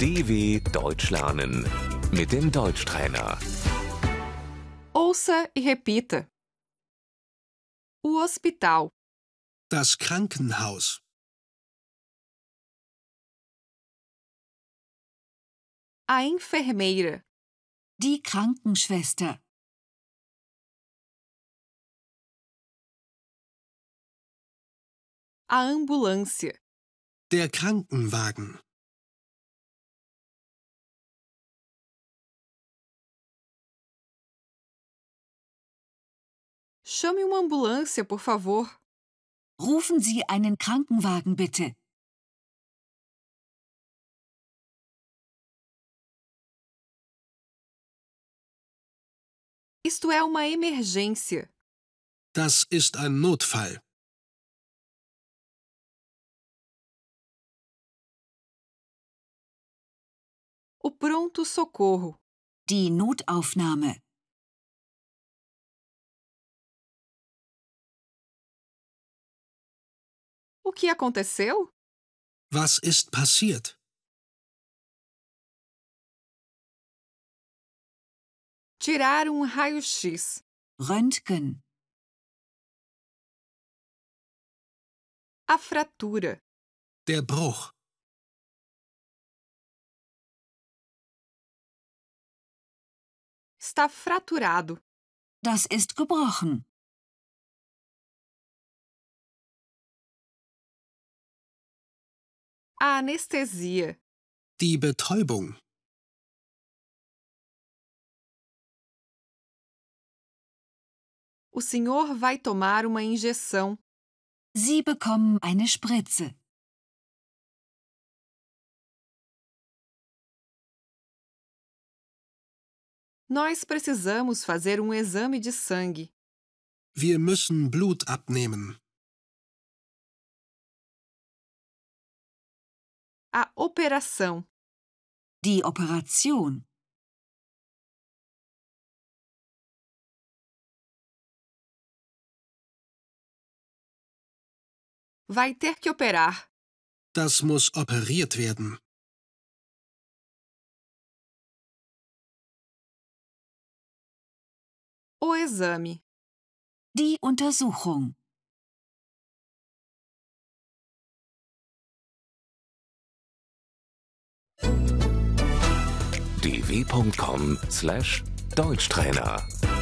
DW Deutsch lernen mit dem Deutschtrainer. Ouça e repita. O hospital, Das Krankenhaus. a enfermeira, Die Krankenschwester. a ambulância, Der Krankenwagen. chame uma ambulância, por favor, Rufen Sie einen Krankenwagen bitte. isto é uma emergência. Das ist ein Notfall. O pronto-socorro, Die Notaufnahme. o que aconteceu? Was ist passiert? Tirar um raio-x, Röntgen. a fratura, Der Bruch. está fraturado, Das ist gebrochen. a anestesia, Die Betäubung. o senhor vai tomar uma injeção. Sie bekommen eine Spritze. Nós precisamos fazer um exame de sangue. Wir müssen Blut abnehmen. A operação, Die Operation. vai ter que operar. Das muss operiert werden. O exame. Die Untersuchung. dw.com/deutschtrainer